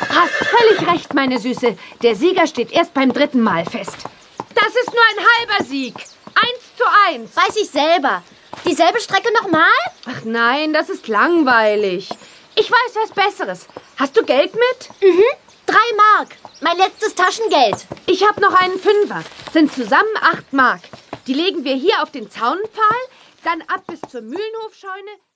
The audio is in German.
Völlig recht, meine Süße. Der Sieger steht erst beim dritten Mal fest. Das ist nur ein halber Sieg. Eins zu eins. Weiß ich selber. Dieselbe Strecke nochmal? Ach nein, das ist langweilig. Ich weiß was Besseres. Hast du Geld mit? Mhm. Drei Mark. Mein letztes Taschengeld. Ich habe noch einen Fünfer. Sind zusammen acht Mark. Die legen wir hier auf den Zaunpfahl, dann ab bis zur Mühlenhofscheune. wenn-